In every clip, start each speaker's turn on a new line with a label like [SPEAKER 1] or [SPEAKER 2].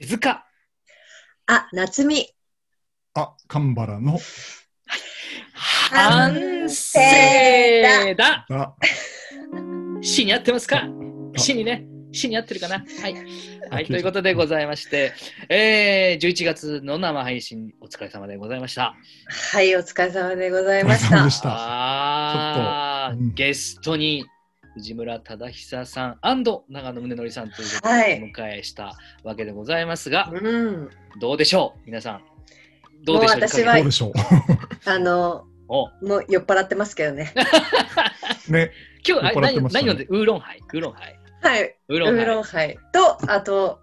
[SPEAKER 1] 手塚。
[SPEAKER 2] あ、夏美。
[SPEAKER 3] あ、神原の、
[SPEAKER 2] 反省
[SPEAKER 1] だ。
[SPEAKER 3] だ。
[SPEAKER 1] 死に合ってますか死にね。死に合ってるかなはい。はい、ということでございまして、えー、11月の生配信、お疲れ様でございました。
[SPEAKER 2] はい、お疲れ様でございまし
[SPEAKER 3] お
[SPEAKER 2] た
[SPEAKER 3] 疲れ様で。した
[SPEAKER 1] あー
[SPEAKER 3] ちょっとうん
[SPEAKER 1] ゲストに藤村忠久さん長野宗則さんということ
[SPEAKER 2] は
[SPEAKER 1] で
[SPEAKER 2] い
[SPEAKER 1] お迎えしたわけでございますが、
[SPEAKER 2] うん。
[SPEAKER 1] どうでしょう皆さん。どうでしょう
[SPEAKER 2] もう私
[SPEAKER 1] いかが
[SPEAKER 2] は
[SPEAKER 3] どうでしょ
[SPEAKER 2] あの、
[SPEAKER 1] お
[SPEAKER 2] もう酔っ払ってますけどね。
[SPEAKER 3] う。ね、
[SPEAKER 1] 今日あ
[SPEAKER 3] 酔っ払って
[SPEAKER 1] 何
[SPEAKER 3] ました
[SPEAKER 1] 何
[SPEAKER 3] ね
[SPEAKER 1] 飲んでウーロンハイウーロンハイ
[SPEAKER 2] はい。
[SPEAKER 1] ウー
[SPEAKER 2] ウ
[SPEAKER 1] ロン
[SPEAKER 2] ー
[SPEAKER 1] ハイ
[SPEAKER 2] ロンハイと、あと、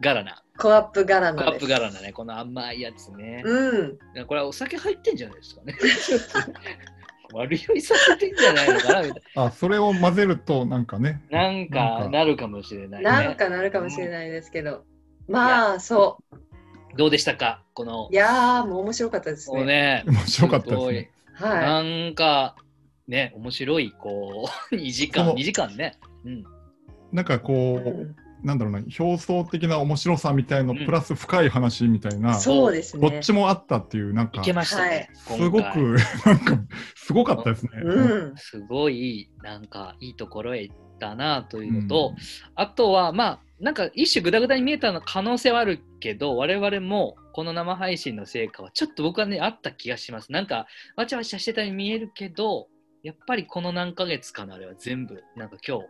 [SPEAKER 1] ガラナ
[SPEAKER 2] コアップガラ
[SPEAKER 1] カ
[SPEAKER 2] ナ
[SPEAKER 1] ッ
[SPEAKER 2] で
[SPEAKER 1] プ
[SPEAKER 2] す。
[SPEAKER 1] ガラナねこの甘いやつね、
[SPEAKER 2] うん。
[SPEAKER 1] これはお酒入ってんじゃないですかね 悪酔いさせてんじゃないのかなみたい
[SPEAKER 3] あ、それを混ぜると、なんかね、
[SPEAKER 1] ななん
[SPEAKER 3] なん
[SPEAKER 1] か
[SPEAKER 3] か
[SPEAKER 1] なるかもしれないね
[SPEAKER 2] なんかなるかもしれないですけど。まあ、そ
[SPEAKER 1] どうでしたかこの
[SPEAKER 2] う。いやー、もう面白かったです
[SPEAKER 1] もうね
[SPEAKER 2] ね。
[SPEAKER 3] 面白かったです
[SPEAKER 1] ごい
[SPEAKER 3] ね。
[SPEAKER 2] は
[SPEAKER 1] なんかね、面白い、こう、2時
[SPEAKER 3] そ
[SPEAKER 1] 間、
[SPEAKER 3] う
[SPEAKER 1] 2時間ね。うん、
[SPEAKER 3] なんか
[SPEAKER 2] い。
[SPEAKER 3] こ
[SPEAKER 2] う
[SPEAKER 3] う、
[SPEAKER 2] ん
[SPEAKER 3] なんだろうな、表層的な面白さみたいの、
[SPEAKER 1] うん
[SPEAKER 3] プラス深い話みたいな、
[SPEAKER 2] そうです
[SPEAKER 3] ど
[SPEAKER 2] ね
[SPEAKER 3] っ。ちもあったっていう、なん
[SPEAKER 1] い
[SPEAKER 3] か、
[SPEAKER 1] け
[SPEAKER 3] す
[SPEAKER 1] ましたね。今
[SPEAKER 3] ご
[SPEAKER 1] 回
[SPEAKER 3] く、 なんか、すごかったですね。
[SPEAKER 2] うん。
[SPEAKER 1] すごい、なんか、いいところへ行ったなという
[SPEAKER 3] うん
[SPEAKER 1] のと、あとは、まあ、なんか、一種グダグダに見えたの可能性はあるけど、我々も、この生配信の成果は、ちょっと僕はね、あった気がします。なんか、わちゃわちゃしてたように見えるけど、やっぱりこの何ヶ月かのあれは全部、なんか今日、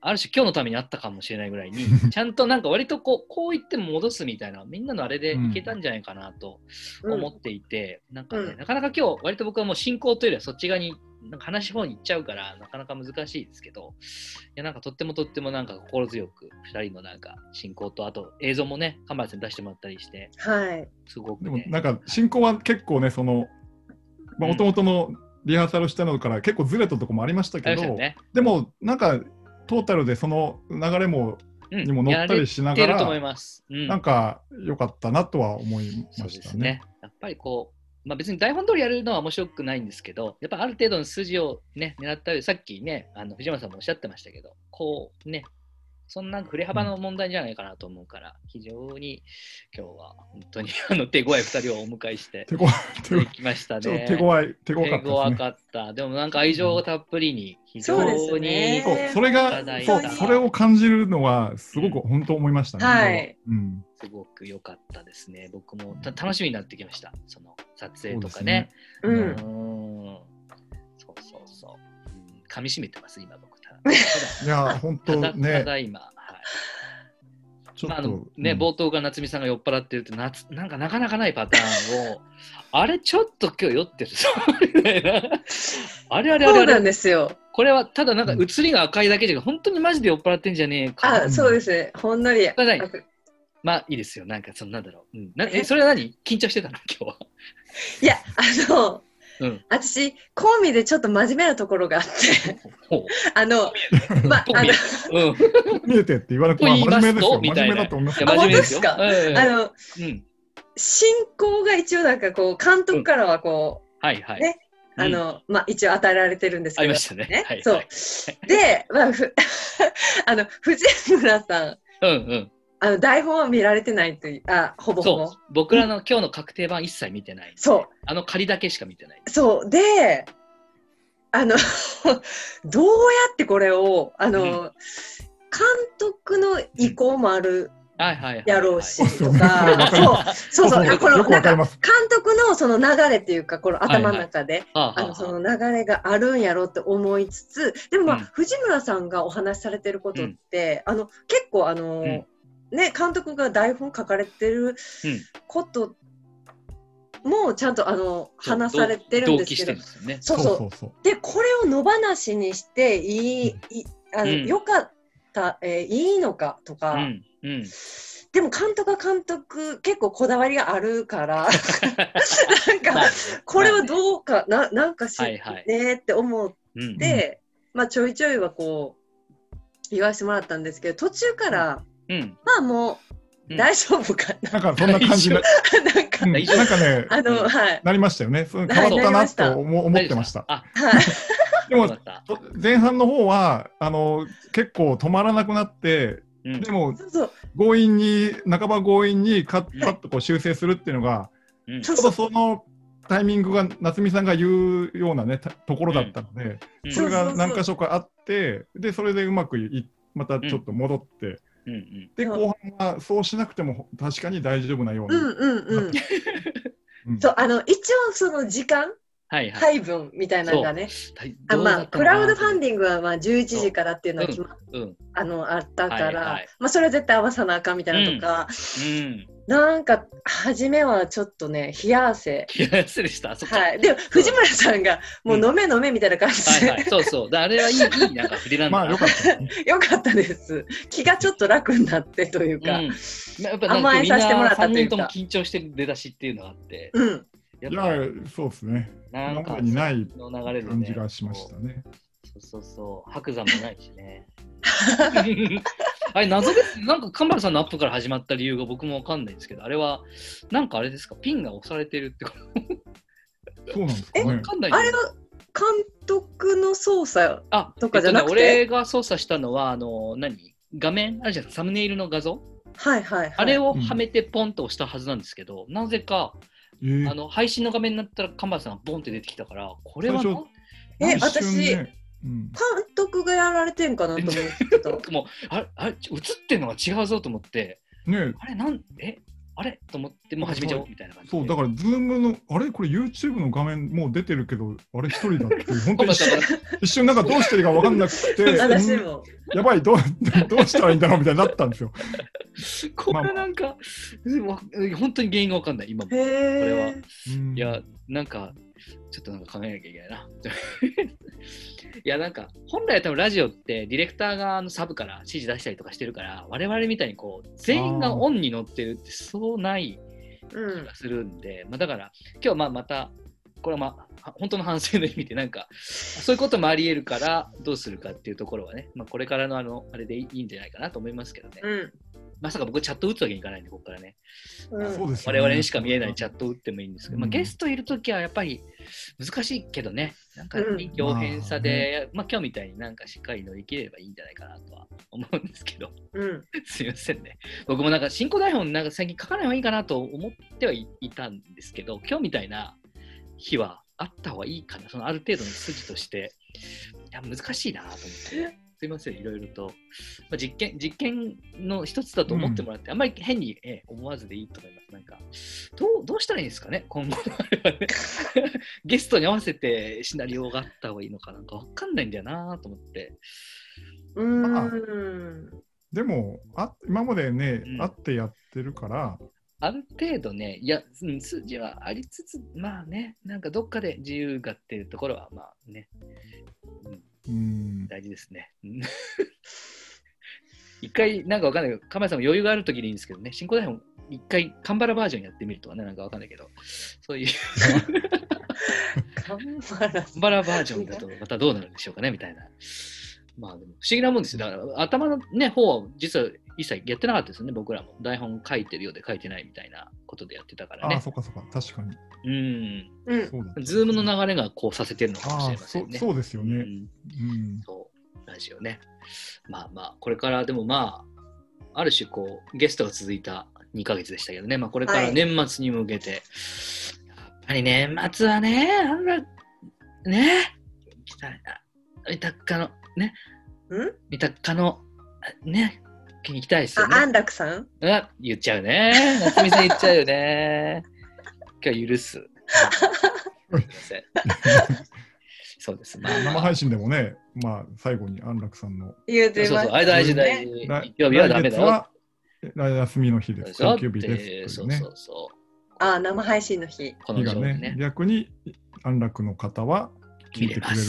[SPEAKER 1] ある種今日のためにあったかもしれないぐらいに、 ちゃんとなんか割とこう、こう言っても戻すみたいな、みんなのあれでいけたんじゃないかなと思っていて、なんかね、
[SPEAKER 2] うん
[SPEAKER 1] なかなか今日、割と僕はもう進行というよりはそっち側に、なんか話し方に行っちゃうから、なかなか難しいですけど、いや、なんかとってもとってもなんか心強く、二人のなんか進行と、あと映像もね、カメラさんに出してもらったりして、
[SPEAKER 2] はい。
[SPEAKER 1] すごく
[SPEAKER 3] で
[SPEAKER 1] ね、
[SPEAKER 3] もなんか進行は結構ねその
[SPEAKER 1] う
[SPEAKER 3] も
[SPEAKER 1] ん
[SPEAKER 3] ともとのリハーサルしたのから結構ずれたとこもありました
[SPEAKER 1] あ
[SPEAKER 3] け
[SPEAKER 1] りま
[SPEAKER 3] ど、
[SPEAKER 1] したよね。
[SPEAKER 3] でもなんかトータルでその流れも
[SPEAKER 1] うん
[SPEAKER 3] にも乗ったりしなが
[SPEAKER 1] やれてると思い
[SPEAKER 3] ら
[SPEAKER 1] ます。うん
[SPEAKER 3] なんか良かったなとは思い
[SPEAKER 1] そ
[SPEAKER 3] ま
[SPEAKER 1] うで
[SPEAKER 3] し
[SPEAKER 1] す
[SPEAKER 3] た
[SPEAKER 1] ね
[SPEAKER 3] ね。
[SPEAKER 1] やっぱりこう、まあ、別に台本通りやるのは面白くないんですけど、やっぱある程度の数字を、ね、狙ったり、さっきね、あの藤山さんもおっしゃってましたけど、こうね、そんな振れ幅の問題じゃないかなと思うから、非常に今日は本当に あの手強い2人をお迎えして
[SPEAKER 3] 手ごわ 手ご
[SPEAKER 1] できました
[SPEAKER 3] ちょっ
[SPEAKER 1] ね。
[SPEAKER 3] と手強い手強か
[SPEAKER 1] 手
[SPEAKER 3] った
[SPEAKER 1] 強
[SPEAKER 3] ですね。
[SPEAKER 1] かった。でもなんか愛情をたっぷりに、非常に。
[SPEAKER 2] そうです
[SPEAKER 3] そ
[SPEAKER 2] ね
[SPEAKER 3] うそれ
[SPEAKER 1] いた
[SPEAKER 3] が
[SPEAKER 1] だい
[SPEAKER 3] そ
[SPEAKER 1] た
[SPEAKER 3] うそれを感じるのはすごく本当思いましたね。
[SPEAKER 2] はい
[SPEAKER 3] うん、
[SPEAKER 1] すごく良かったですね。僕もた楽しみになってきました。その撮影とか
[SPEAKER 3] そうですね
[SPEAKER 1] ね。
[SPEAKER 2] う
[SPEAKER 1] うー
[SPEAKER 2] ん。
[SPEAKER 1] ん。そうそうそう。うん、噛み締めてます、今僕。ただ、
[SPEAKER 3] いや本
[SPEAKER 1] た
[SPEAKER 3] 当
[SPEAKER 1] だ、た
[SPEAKER 3] ね
[SPEAKER 1] だ今。はい。
[SPEAKER 3] ちょ
[SPEAKER 1] まあ、
[SPEAKER 3] っ
[SPEAKER 1] あの
[SPEAKER 3] と、
[SPEAKER 1] ね、
[SPEAKER 3] うん
[SPEAKER 1] 冒頭が夏美さんが酔っ払ってるって、なつなんかなかなかないパターンを、あれ、ちょっと今日酔ってるぞ、みたいな。あれあれあれ
[SPEAKER 2] そ
[SPEAKER 1] あ
[SPEAKER 2] うなん
[SPEAKER 1] れ、
[SPEAKER 2] ですよ。
[SPEAKER 1] これはただなんか映りが赤いだけじゃなく、本当にマジで酔っ払ってんじゃねえか。
[SPEAKER 2] あ、そうですね。ほんのり。
[SPEAKER 1] ただねまあいいですよ、なんかそんなんだろう。うん、なえ、
[SPEAKER 2] え
[SPEAKER 1] それは何緊張してたの今日は。
[SPEAKER 2] いや、あの、
[SPEAKER 1] うん
[SPEAKER 2] 私、コンビでちょっと真面目なところがあって、
[SPEAKER 1] ほう
[SPEAKER 2] あの、まあ、
[SPEAKER 1] コ
[SPEAKER 2] あ
[SPEAKER 1] ンビ
[SPEAKER 2] の、
[SPEAKER 1] うん。
[SPEAKER 3] 見えてって言わなくて
[SPEAKER 1] こう言い
[SPEAKER 3] 真
[SPEAKER 1] ま
[SPEAKER 3] 面
[SPEAKER 1] す
[SPEAKER 3] 目ですよ
[SPEAKER 1] とみ
[SPEAKER 3] 真
[SPEAKER 1] たい
[SPEAKER 3] 面
[SPEAKER 1] な。
[SPEAKER 3] 目だと思います
[SPEAKER 1] い
[SPEAKER 3] よ
[SPEAKER 1] や真面目ですよ。
[SPEAKER 2] あ
[SPEAKER 1] うん
[SPEAKER 2] あの、
[SPEAKER 1] うん。
[SPEAKER 2] 進行が一応なんかこう、監督からはこ
[SPEAKER 1] はいはい。
[SPEAKER 2] ねう、あの、まあ、一応与えられてるんです
[SPEAKER 1] あ
[SPEAKER 2] け
[SPEAKER 1] り
[SPEAKER 2] ど
[SPEAKER 1] ま、したね。
[SPEAKER 2] ね
[SPEAKER 1] はい、
[SPEAKER 2] そう
[SPEAKER 1] はい。
[SPEAKER 2] で、まあ、ふ あの、藤村さん、
[SPEAKER 1] うんうん。
[SPEAKER 2] あの、台本は見られてないという、あ、ほぼほ
[SPEAKER 1] そ
[SPEAKER 2] ぼ。
[SPEAKER 1] う。僕らの今日の確定版一切見てない。
[SPEAKER 2] そう。
[SPEAKER 1] あの仮だけしか見てない。
[SPEAKER 2] そう、で、あの、 どうやってこれを、あの、
[SPEAKER 1] うん
[SPEAKER 2] 監督の意向もある
[SPEAKER 1] はいはいはい、はい。
[SPEAKER 2] やろうし
[SPEAKER 3] はい
[SPEAKER 2] と
[SPEAKER 3] そうです
[SPEAKER 2] か、
[SPEAKER 3] よね
[SPEAKER 2] そうそうそう、あこの
[SPEAKER 3] よく
[SPEAKER 2] な
[SPEAKER 3] わ
[SPEAKER 2] ん
[SPEAKER 3] か
[SPEAKER 2] か
[SPEAKER 3] ります。
[SPEAKER 2] 監督のその流れっていうか、この頭の中で、
[SPEAKER 1] はあはあ
[SPEAKER 2] あ
[SPEAKER 1] はあ
[SPEAKER 2] のその流れがあるんやろって思いつつ、でもまあ、
[SPEAKER 1] うん
[SPEAKER 2] 藤村さんがお話しされてることって、あの結構あの、
[SPEAKER 1] うん
[SPEAKER 2] ね監督が台本書かれてることもちゃんとあの
[SPEAKER 1] そう
[SPEAKER 2] 話されてるん
[SPEAKER 1] 同
[SPEAKER 2] です
[SPEAKER 1] 期して
[SPEAKER 2] け
[SPEAKER 1] るん
[SPEAKER 2] ど
[SPEAKER 1] で、すよね。
[SPEAKER 2] そうそう
[SPEAKER 3] そうそう
[SPEAKER 2] でこれを野放しにしていい、いあの、
[SPEAKER 1] うん
[SPEAKER 2] よかった、えーいいのかとか、
[SPEAKER 1] うん。うん。
[SPEAKER 2] でも監督は監督結構こだわりがあるか らなん
[SPEAKER 1] まあ
[SPEAKER 2] か
[SPEAKER 1] ね
[SPEAKER 2] これを
[SPEAKER 1] ま
[SPEAKER 2] どうかななんかし、
[SPEAKER 1] はいはい
[SPEAKER 2] ねーって思
[SPEAKER 1] あ
[SPEAKER 2] っ
[SPEAKER 1] ねうん
[SPEAKER 2] て、まあちょいちょいはこう言わせてもらったんですけど途中から
[SPEAKER 1] うん。
[SPEAKER 2] まあも
[SPEAKER 1] う
[SPEAKER 2] うん大丈夫かな、
[SPEAKER 3] なんかそんな感じにな
[SPEAKER 2] なんか、
[SPEAKER 3] うん
[SPEAKER 1] 大丈夫
[SPEAKER 3] なんかね、
[SPEAKER 2] あの、
[SPEAKER 1] うん
[SPEAKER 2] はい
[SPEAKER 3] なりましたよね。そう変わったなと思思ってました。
[SPEAKER 1] あ、
[SPEAKER 2] はい
[SPEAKER 3] で
[SPEAKER 1] よか
[SPEAKER 3] も
[SPEAKER 1] った。
[SPEAKER 3] 前半の方はあの結構止まらなくなって、
[SPEAKER 1] うん
[SPEAKER 3] でも
[SPEAKER 2] そうそう
[SPEAKER 3] 強引に半ば強引にカッパッとこう修正するっていうのが
[SPEAKER 1] うん
[SPEAKER 3] ちょうどそのタイミングが夏美さんが言うようなねたところだったので、
[SPEAKER 1] うん
[SPEAKER 3] それが何箇所かあってでそれでうまくいまたちょっと戻って、
[SPEAKER 1] うんうん
[SPEAKER 3] で
[SPEAKER 2] うん
[SPEAKER 3] 後半はそうしなくても確かに大丈夫なように、
[SPEAKER 2] うんうんうん
[SPEAKER 3] うん
[SPEAKER 2] そうあの一応その時間
[SPEAKER 1] はいはい。
[SPEAKER 2] 配分みたいなのがね
[SPEAKER 1] はい
[SPEAKER 2] あまあクラウドファン
[SPEAKER 1] デ
[SPEAKER 2] ディングはまあ11時からっていうのは決まっ
[SPEAKER 1] ィング。
[SPEAKER 2] あのあったから、
[SPEAKER 1] はいはい
[SPEAKER 2] まあ、それは絶対合わさなあかんみたいなとか、
[SPEAKER 1] うん。
[SPEAKER 2] なんか初めはちょっとね冷や汗
[SPEAKER 1] 気がするした。あそっか
[SPEAKER 2] はい、でも藤村さんがもう飲め飲めみたいな感じ
[SPEAKER 1] はい
[SPEAKER 2] で、
[SPEAKER 1] はい。そうそう。だあれはいい、いい、なんか振りなんだ
[SPEAKER 3] ま
[SPEAKER 1] な。
[SPEAKER 3] あよかった、ね、
[SPEAKER 2] よかったです気がちょっと楽になってというか
[SPEAKER 1] うん、まあやっぱなん
[SPEAKER 2] 甘
[SPEAKER 1] か
[SPEAKER 2] え
[SPEAKER 1] みんな
[SPEAKER 2] させてもらったと
[SPEAKER 1] 3
[SPEAKER 2] いう
[SPEAKER 1] 人
[SPEAKER 2] か
[SPEAKER 1] とも緊張してる出だしっていうのがあって、
[SPEAKER 2] うん、
[SPEAKER 1] やっ
[SPEAKER 3] じ
[SPEAKER 1] ぱ
[SPEAKER 3] ゃあそうですね
[SPEAKER 1] なん
[SPEAKER 3] 今
[SPEAKER 1] か
[SPEAKER 3] までにない
[SPEAKER 1] の流れで、ね、
[SPEAKER 3] 感じがしましたね
[SPEAKER 1] そうそうそう、白山もないしね。 あれ謎ですなんか神原さんのアップから始まった理由が僕もわかんないんですけどあれはなんかあれですかピンが押されてるってこ
[SPEAKER 3] そうなんですか
[SPEAKER 1] とわ
[SPEAKER 3] ね
[SPEAKER 1] かんない
[SPEAKER 2] あれは監督の操作
[SPEAKER 1] あ
[SPEAKER 2] とかじゃなく
[SPEAKER 1] え
[SPEAKER 2] て
[SPEAKER 1] っとね俺が操作したのはあの何画面あるじゃんサムネイルの画像、
[SPEAKER 2] はいはい、はい、
[SPEAKER 1] あれをはめてポンと押したはずなんですけど、なぜか
[SPEAKER 3] えー
[SPEAKER 1] あの配信の画面になったら神原さんがボンって出てきたからこれは
[SPEAKER 3] 最
[SPEAKER 1] な
[SPEAKER 3] 初
[SPEAKER 2] え
[SPEAKER 3] 一瞬ねうん
[SPEAKER 2] 監督がやられてんかなと思っ てた
[SPEAKER 1] 僕もあれあれ映ってるのが違うぞと思って
[SPEAKER 3] ね
[SPEAKER 1] あれなんえあれと思ってもう始めちゃおうみたいな感じで
[SPEAKER 3] そうだから、ズームの、あれ、これ、YouTube の画面、もう出てるけど、あれ、一人だって いう、本当
[SPEAKER 1] 神原
[SPEAKER 3] に
[SPEAKER 1] さん が
[SPEAKER 3] 一瞬、なんかどうしていいか分かんなく て、う
[SPEAKER 2] 私
[SPEAKER 3] ん
[SPEAKER 2] も
[SPEAKER 3] やばいどう、 どうしたらいいんだろうみたいになったんですよ。
[SPEAKER 1] これなんか、うんわ本当に原因がわかんない、今も。
[SPEAKER 2] へ
[SPEAKER 1] れは
[SPEAKER 2] え
[SPEAKER 3] うん
[SPEAKER 1] いや、なんか、ちょっとなんか考えなきゃいけない な。いや、なんか、本来は多分ラジオって、ディレクターがあのサブから指示出したりとかしてるから、我々みたいにこう、全員がオンに乗ってるって、そうない気がするんで、まあだから、今日まあまた、これはまあ、本当の反省の意味で、なんか、 そういうこともあり得るから、どうするかっていうところはね、まあこれからのあの、あれでいいんじゃないかなと思いますけどね。
[SPEAKER 2] うん
[SPEAKER 1] まさか僕チャット打つわけにいかないんで、ここからね。
[SPEAKER 2] うんう
[SPEAKER 3] そ
[SPEAKER 2] ん
[SPEAKER 3] うです
[SPEAKER 1] 我
[SPEAKER 3] よね
[SPEAKER 1] 々にしか見えないチャットを打ってもいいんですけど、まあ、
[SPEAKER 3] うん
[SPEAKER 1] ゲストいるときはやっぱり難しいけどね、なんか
[SPEAKER 2] うん
[SPEAKER 1] 臨機応変さで、まあ今日みたいになんかしっかり乗り切れればいいんじゃないかなとは思うんですけど、
[SPEAKER 2] うん
[SPEAKER 1] すいませんね。僕もなんか進行台本なんか最近書かない方がいいかなと思ってはいいたんですけど、今日みたいな日はあった方がいいかな、そのある程度の筋として、いや難しいなと思って。すいませんいろいろと、まあ、実験実験の一つだと思ってもらって、あんまり変に、ええ思わずでいいと思います。なんかどうどうしたらいいんですかね、今後のあれはねゲストに合わせてシナリオがあった方がいいのかなんかわかんないんだよなと思って。
[SPEAKER 2] うん
[SPEAKER 3] でもあ、今までね
[SPEAKER 1] う、ん
[SPEAKER 3] 会ってやってるから、
[SPEAKER 1] ある程度ね、いや、うん筋はありつつ、まあね、なんかどっかで自由がっていうところは、まあね、うん
[SPEAKER 3] うん、
[SPEAKER 1] 大事ですね。うん 一回、なんかわかんないけど、亀井さんも余裕があるときでいいんですけどね、進行台本、一回、カンバラバージョンやってみるとかね、なんかわかんないけど、そう いう、
[SPEAKER 2] 頑張ら
[SPEAKER 1] カンバラバージョンだと、またどうなるんでしょうかね、みたいな。まあ、でも不思議なもんですよ。だから、頭のね、方は、実は一切やってなかったですよね、僕らも。台本書いてるようで書いてないみたいなことでやってたから
[SPEAKER 3] ああ、
[SPEAKER 1] ね。
[SPEAKER 3] そっかそっか、確かに。
[SPEAKER 1] うん。
[SPEAKER 2] うん
[SPEAKER 3] そうだった
[SPEAKER 1] ズームの流れがこうさせてるのかもし
[SPEAKER 3] あ
[SPEAKER 1] れま
[SPEAKER 3] あ
[SPEAKER 1] せ
[SPEAKER 3] そ
[SPEAKER 1] んね。
[SPEAKER 3] そうですよね。うん
[SPEAKER 1] うん、そう、ラジオね。まあまあ、これからでもまあ、ある種こう、ゲストが続いた2ヶ月でしたけどね、まあこれか
[SPEAKER 2] は
[SPEAKER 1] ら
[SPEAKER 2] い
[SPEAKER 1] 年末に向けて、やっぱり年末はね、あんな、ね、来たいな、三鷹の、ね、
[SPEAKER 2] ん
[SPEAKER 1] 三鷹の、あね、に行きたいですよ
[SPEAKER 2] あ
[SPEAKER 1] ね。
[SPEAKER 2] 安楽さん
[SPEAKER 1] うわ言っちゃうね。夏美さん言っちゃうよね。今日許す。すい ません。そうです。まあ、
[SPEAKER 3] 生
[SPEAKER 1] まあ、
[SPEAKER 3] 配信でもね、まあ、最後に安楽さんの、
[SPEAKER 2] 言う
[SPEAKER 1] そう
[SPEAKER 2] て
[SPEAKER 1] そう
[SPEAKER 2] まし
[SPEAKER 1] そう、
[SPEAKER 2] た
[SPEAKER 1] あれ大事大
[SPEAKER 2] ね
[SPEAKER 1] 事。
[SPEAKER 3] 来
[SPEAKER 1] 日曜日はダメだ
[SPEAKER 3] 来月
[SPEAKER 1] よ。
[SPEAKER 3] は来休みの日です、
[SPEAKER 1] そう
[SPEAKER 3] 定
[SPEAKER 1] でし
[SPEAKER 3] 休
[SPEAKER 1] ょ
[SPEAKER 3] 日です
[SPEAKER 1] そ
[SPEAKER 3] という
[SPEAKER 1] う
[SPEAKER 3] ね
[SPEAKER 1] そうそう。
[SPEAKER 2] あ生配信の日
[SPEAKER 1] この
[SPEAKER 3] 日
[SPEAKER 1] 情
[SPEAKER 3] が
[SPEAKER 1] 報
[SPEAKER 3] ね
[SPEAKER 1] ね。
[SPEAKER 3] 逆に安楽の方は聞いてくれるで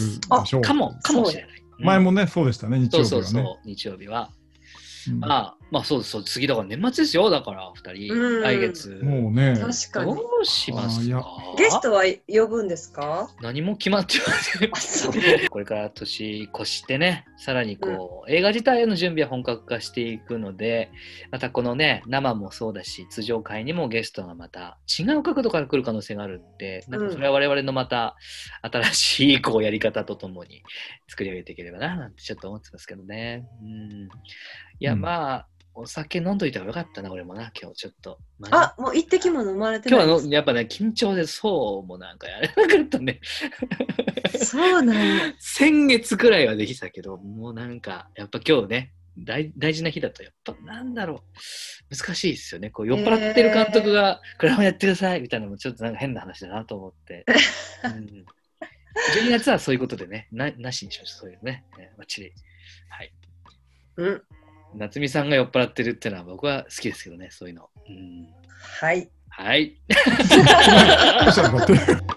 [SPEAKER 3] しょう。
[SPEAKER 1] かも、かもしれない。
[SPEAKER 3] 前
[SPEAKER 1] も、
[SPEAKER 3] もね、そうでしたね、日
[SPEAKER 1] そ
[SPEAKER 3] 曜
[SPEAKER 1] う
[SPEAKER 3] 日
[SPEAKER 1] そう
[SPEAKER 3] は
[SPEAKER 1] そう
[SPEAKER 3] ね。、
[SPEAKER 1] 日曜日は。
[SPEAKER 3] うん
[SPEAKER 1] まあ、まあそうです、そうです次だから年末ですよ、だから、二
[SPEAKER 2] う
[SPEAKER 1] 人、
[SPEAKER 2] ん
[SPEAKER 1] 来月。
[SPEAKER 3] もうね、
[SPEAKER 2] 確かに
[SPEAKER 1] ど。うしますか
[SPEAKER 2] ゲストは呼ぶんですか
[SPEAKER 1] 何も決まってません
[SPEAKER 2] あ、。そう。
[SPEAKER 1] これから年越してね、さらにこう、映画自体への準備は本格化していくので、またこのね、生もそうだし、通常会にもゲストがまた違う角度から来る可能性があるんで、なんかそれは我々のまた新しいこうやり方とともに 作り上げていければな、なんてちょっと思ってますけどね。うん。いや、
[SPEAKER 3] うん
[SPEAKER 1] まあ、お酒飲んどいた方がよかったな、俺もな、今日ちょっと。
[SPEAKER 2] あ、もう一滴も飲まれて
[SPEAKER 1] 今
[SPEAKER 2] ない
[SPEAKER 1] 日
[SPEAKER 2] で
[SPEAKER 1] は
[SPEAKER 2] す
[SPEAKER 1] のやっぱね、緊張でそうもなんかやれなかったね。
[SPEAKER 2] そうなんや。
[SPEAKER 1] 先月くらいはできたけど、もうなんか、やっぱ今日ね、大大事な日だと、やっぱなんだろう、難しいですよね。こう酔っ払ってる監督が、クラブやってくださいみたいなのも、ちょっとなんか変な話だなと思 って。うん、12月はそういうことでね、ななしにしましょう、そういうね、えーばっちり。はい。
[SPEAKER 2] うん。
[SPEAKER 1] 夏美さんが酔っ払ってるっていうのは、僕は好きですけどね、そういうの。うん、
[SPEAKER 2] はい。
[SPEAKER 1] はい。
[SPEAKER 3] どうしたのかって。